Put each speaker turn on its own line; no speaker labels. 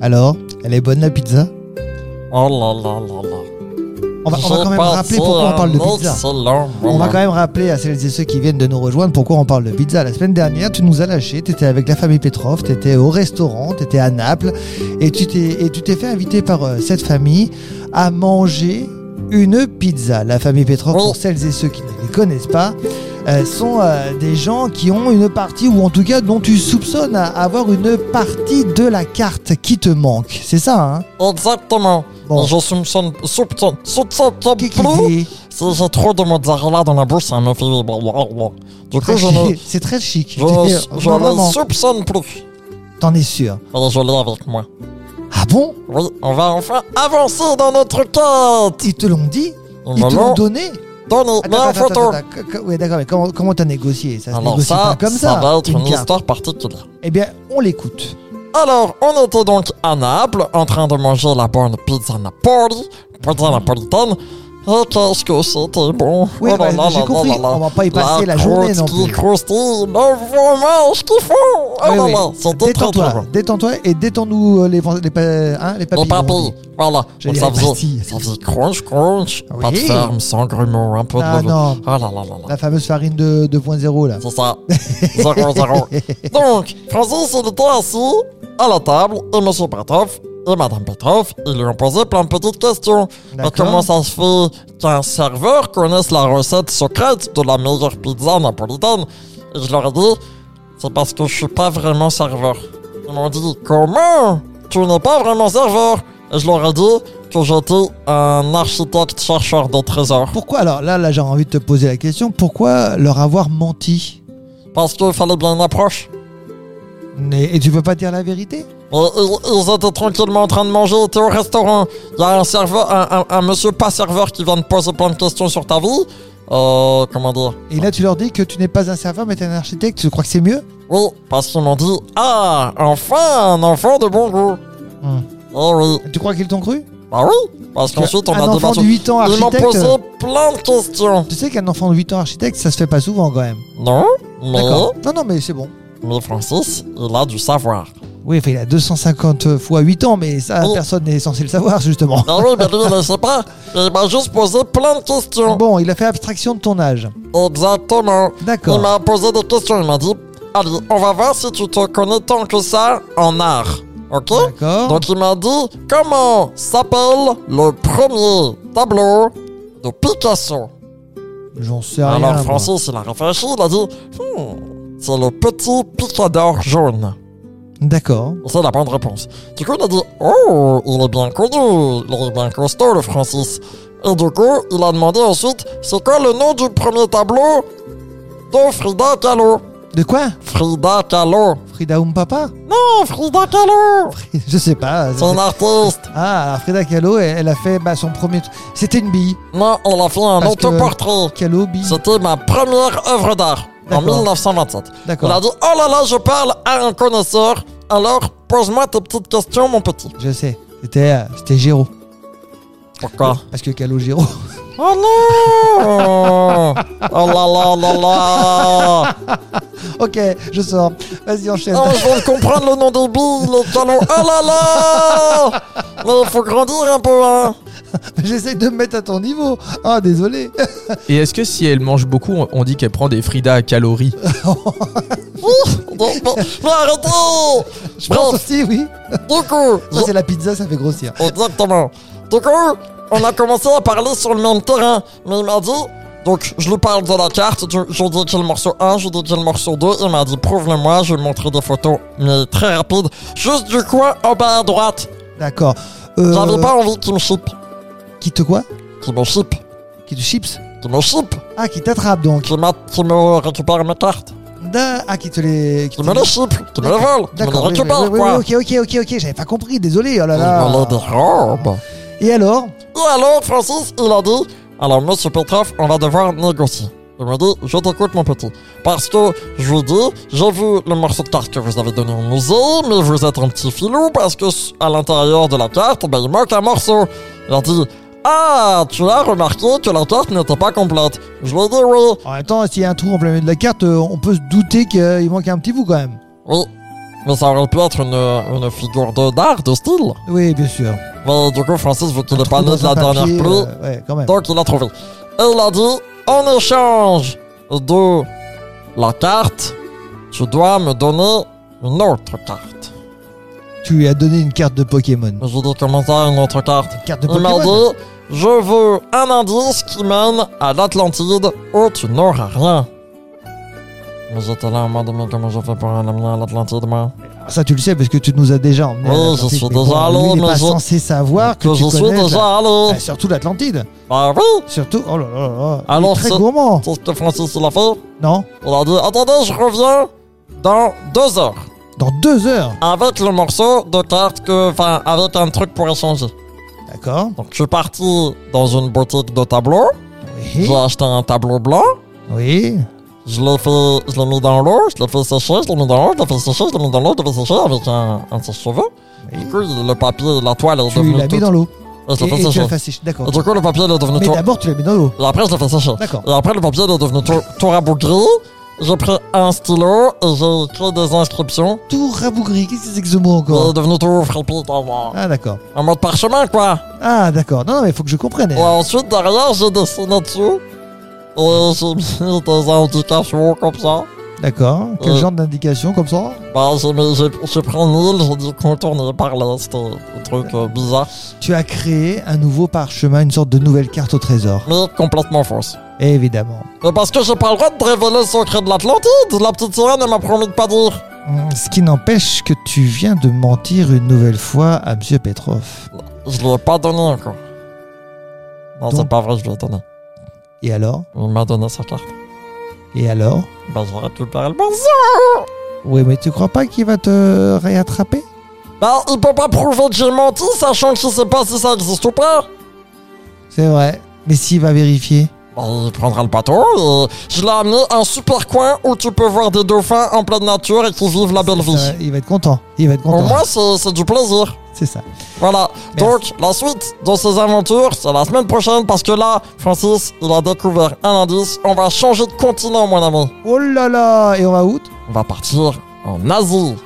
Alors, elle est bonne la pizza
Oh là là là là.
on va, on va
J'ai
quand même
passé
rappeler pourquoi on parle de
un
pizza.
excellent
On va
moment.
quand même rappeler à celles et ceux qui viennent de nous rejoindre pourquoi on parle de pizza. La semaine dernière, tu nous as lâchés, tu étais avec la famille Petrov, tu étais au restaurant, tu étais à Naples et tu t'es et tu t'es fait inviter par euh, cette famille à manger une pizza. La famille Petrov,
Oui.
pour celles et ceux qui ne les connaissent pas, euh, sont euh, des gens qui ont une partie ou en tout cas dont tu soupçonnes à avoir une partie de la carte qui te manque. C'est ça, hein
Exactement.
Bon.
Et je soupçonne, soupçonne, soupçonne
Qui- qui
plus
dit
si j'ai trop de mozzarella dans la bouche, ça me fait... Du coup, je ne...
C'est très chic. T'es-
Je, ne- je
Non,
ne
maman,
soupçonne plus.
T'en es sûr
Et je l'ai avec moi.
Ah bon
Oui, on va enfin avancer dans notre quête.
Ils te l'ont dit
Ils
Ils
me
te l'ont
l'ont
donné
donné
Attends,
la
attends,
photo.
attends, attends, attends. Ouais, d'accord, mais comment comment t'as négocié Ça se
Alors
négocie
ça,
pas comme ça.
ça va être Oh une
carte.
histoire particulière.
Eh bien, on l'écoute.
Alors, on était donc à Naples, en train de manger la bonne pizza Napoli, pizza napolitaine. Et qu'est-ce que c'était bon
Mhm. Oui,
Oh là
bah,
là
j'ai
là
compris.
là là.
On va pas y passer la,
croûte
journée non
qui
plus.
croustille, le fromage qui fond Oh
Oui,
là
oui.
là, c'était très très
Détends-toi,
bon.
détends-toi et détends-nous euh, les, ven- les, pa- hein, les papilles.
Les papilles, voilà.
J'ai
Donc,
dit
ça
les pastilles.
faisait, ça faisait crunch crunch,
Oui.
pas de ferme, sans grumeaux, un peu de...
Ah
levure.
non,
Oh là là là là.
la fameuse farine de 2.0 là.
C'est ça. 0-0. Donc, Francis, il était assis à la table et Monsieur Petrov et Madame Petrov, ils lui ont posé plein de petites questions. Et comment ça se fait qu'un serveur connaisse la recette secrète de la meilleure pizza napolitaine Et je leur ai dit, c'est parce que je suis pas vraiment serveur. Ils m'ont dit, comment Tu n'es pas vraiment serveur Et je leur ai dit que j'étais un architecte chercheur de trésors.
Pourquoi alors là, là j'ai envie de te poser la question, pourquoi leur avoir menti
Parce qu'il fallait bien une approche.
et, et tu peux pas dire la vérité
Et Ils, ils étaient tranquillement en train de manger, ils étaient au restaurant. Il y a un serveur, un, un- un monsieur pas serveur qui vient de poser plein de questions sur ta vie. Euh, comment dire
Et là tu leur dis que tu n'es pas un serveur mais tu es un architecte, je crois que c'est mieux
Oui, parce qu'ils m'ont dit Ah, enfin un enfant de bon goût.
Hmm.
Eh oui,
Tu crois qu'ils t'ont cru
bah oui, parce qu'ensuite on
Un
a
enfant de
débattu.
8 ans
Ils m'ont
architecte euh,
posé plein de questions.
Tu sais qu'un enfant de 8 ans architecte, ça se fait pas souvent quand même.
Non, mais,
D'accord. Non, non, mais c'est bon.
mais Francis, il a du savoir.
Oui, enfin, il a 250 fois 8 ans, mais ça,
Oh.
personne n'est censé le savoir, justement.
Ah oui, mais lui, il ne sait pas. Il m'a juste posé plein de questions.
Bon, il a fait abstraction de ton âge.
Exactement. Il
D'accord.
m'a posé des questions, il m'a dit Allez, on va voir si tu te connais tant que ça en art. Ok
D'accord.
Donc il m'a dit Comment s'appelle le premier tableau de Picasso
J'en sais rien.
Alors
moi.
Francis, il a réfléchi, il a dit Hmm, C'est le petit picador jaune.
D'accord.
C'est la bonne réponse. Du coup, il a dit Oh, il est bien connu, il est bien costaud, le Francis. Et du coup, il a demandé ensuite C'est quoi le nom du premier tableau de Frida Kahlo
De quoi
Frida Kahlo.
Frida Umpapa
Non, Frida Kahlo
Je sais pas.
C'est une artiste.
Ah, alors Frida Kahlo, elle, elle a fait bah, son premier. tr- C'était une bille.
Non, elle a fait un
Parce que-
autoportrait.
Kahlo, bille.
C'était ma première œuvre d'art en
D'accord.
1927. Elle a
D'accord.
dit Oh là là, je parle à un connaisseur, alors pose-moi tes petites questions, mon petit.
Je sais. C'était euh, c'était Géraud.
Pourquoi
Parce que Kahlo, Géraud.
Oh non Oh là là là là
ok, je sors. Vas-y, enchaîne.
Oh, je viens de comprendre le nom des billes, les canons. Oh là là Mais il faut grandir un peu, hein
J'essaie de me mettre à ton niveau. Ah, désolé.
Et est-ce que si elle mange beaucoup, on- on dit qu'elle prend des Frida à calories
Non, non, Mais arrêtez
Je pense aussi, oui.
Du coup,
Ça, c'est la pizza, ça fait grossir.
Exactement. Du coup, on a commencé à parler sur le même terrain, mais il m'a dit. Donc, je lui parle de la carte, je, je lui dis quel morceau 1, je lui dis quel morceau 2, il m'a dit prouve-le-moi, je vais montrer des photos, mais très rapide, juste du coin en bas à droite.
D'accord. Euh,
J'avais pas envie qu'il me chip,
Qui te quoi
qu'il me chip,
Qui te chips
qu'il me chip,
Ah, qui t'attrape donc.
qu'il m'a- qu'il me récupère mes cartes,
Da... Ah, qui te les. qui
qu'il
te
me
les-
les chip, qu'il me les vole, qu'il me les
D'accord. oui,
récupère,
oui, oui,
quoi.
oui, ok, ok, ok, ok. J'avais pas compris. Désolé. Oh là
Il me les
là.
dérobe.
Et alors
Et alors, Francis, il a dit Alors, monsieur Petrov, on va devoir négocier. Il m'a dit Je t'écoute, mon petit. Parce que je lui dis J'ai vu le morceau de carte que vous avez donné au musée, mais vous êtes un petit filou parce que s- à l'intérieur de la carte, ben, il manque un morceau. Il a dit Ah, tu as remarqué que la carte n'était pas complète. Je lui ai dit Oui.
Oh, En même temps, s'il y a un trou en plein milieu de la carte, euh, on peut se douter qu'il manque un petit bout quand même.
Oui. Mais ça aurait pu être une, une figure de- d'art, de style.
Oui, bien sûr.
Mais du coup, Francis, vu qu'il n'est pas
Trou
né de
dans
la
un
dernière
papier,
pluie,
euh, ouais, quand même.
donc il a trouvé. Et il a dit en échange de la carte, tu dois me donner une autre carte.
Tu lui as donné une carte de Pokémon.
Mais je dis comment ça, une autre carte
Une carte de
Il m'a
Pokémon
dit je veux un indice qui mène à l'Atlantide où tu n'auras rien. Mais j'étais là en mode mais comment je fais pour aller à l'Atlantide, moi
Ah, Ça, tu le sais parce que tu nous as déjà emmené. à
Oui, je
l'Atlantique,
suis
mais bon,
déjà allé,
lui, Il n'est
mais
pas
je-
censé savoir Ah, que,
Que
tu
je suis
connais la-
déjà allé.
Ah, surtout l'Atlantide.
Bah oui
Surtout. Oh là là là. Il est
Alors,
très
ça-
gourmand.
C'est ce que Francis il a fait.
Non
Il a dit Attendez, je reviens dans deux heures.
Dans deux heures.
Avec le morceau de carte que. Enfin, avec un truc pour échanger.
D'accord.
Donc, je suis parti dans une boutique de tableaux.
Oui.
J'ai acheté un tableau blanc.
Oui.
Je l'ai fait. Je l'ai mis dans l'eau. Je l'ai fait sécher. Je l'ai mis dans l'eau. Je l'ai fait sécher. Je l'ai mis dans l'eau. Je l'ai fait sécher avec un, un sèche-cheveux.
oui.
Du coup, le papier, la toile est
Tu
devenue.
l'as mis
toute-
dans l'eau.
Et je
Et,
l'ai
et
fait
tu l'as
sécher.
fait sécher.
Et
D'accord.
du coup, le papier il est devenu
Mais
tout.
d'abord, tu l'as mis dans l'eau.
Et après, je l'ai fait sécher.
D'accord.
Et après, le papier il est devenu tout, tout rabougri. J'ai pris un stylo et j'ai écrit des inscriptions.
Tout rabougri. Qu'est-ce que c'est que ce mot
Il
encore
est devenu tout frippi, t'as voir.
Ah, d'accord.
En mode parchemin, quoi.
Ah, d'accord. Non, non, mais il faut que je comprenne.
Et ensuite, derrière, j'ai dessiné dessus. Et j'ai mis des indications comme ça.
D'accord. Quel
Euh.
genre d'indication comme ça
Bah, j'ai, mis- j'ai, j'ai pris une île, j'ai dit contourner par là. C'était un truc euh, bizarre.
Tu as créé un nouveau parchemin, une sorte de nouvelle carte au trésor.
Mais complètement fausse.
Évidemment.
Mais parce que j'ai pas le droit de révéler le secret de l'Atlantide. La petite sirène, elle m'a promis de pas dire.
Mm, Ce qui n'empêche que tu viens de mentir une nouvelle fois à Monsieur Petrov.
Je lui ai pas donné encore. Non,
Donc-
c'est pas vrai, je lui ai donné.
Et alors
Il m'a donné sa carte.
Et alors
Bah, j'ai récupéré le morceau.
Oui, mais tu crois pas qu'il va te réattraper
Bah, il peut pas prouver que j'ai menti, sachant qu'il sait pas si ça existe ou pas.
C'est vrai. Mais s'il va vérifier
Bah, il prendra le bateau et je l'ai amené à un super coin où tu peux voir des dauphins en pleine nature et qui vivent la belle vie.
ça, Il va être content. Il va être
Pour
content.
moi, c'est c'est du plaisir.
C'est ça.
Voilà.
Merci.
Donc, la suite de ces aventures, c'est la semaine prochaine parce que là, Francis, il a découvert un indice. On va changer de continent, mon ami.
Oh là là Et on va où
On va partir en Asie.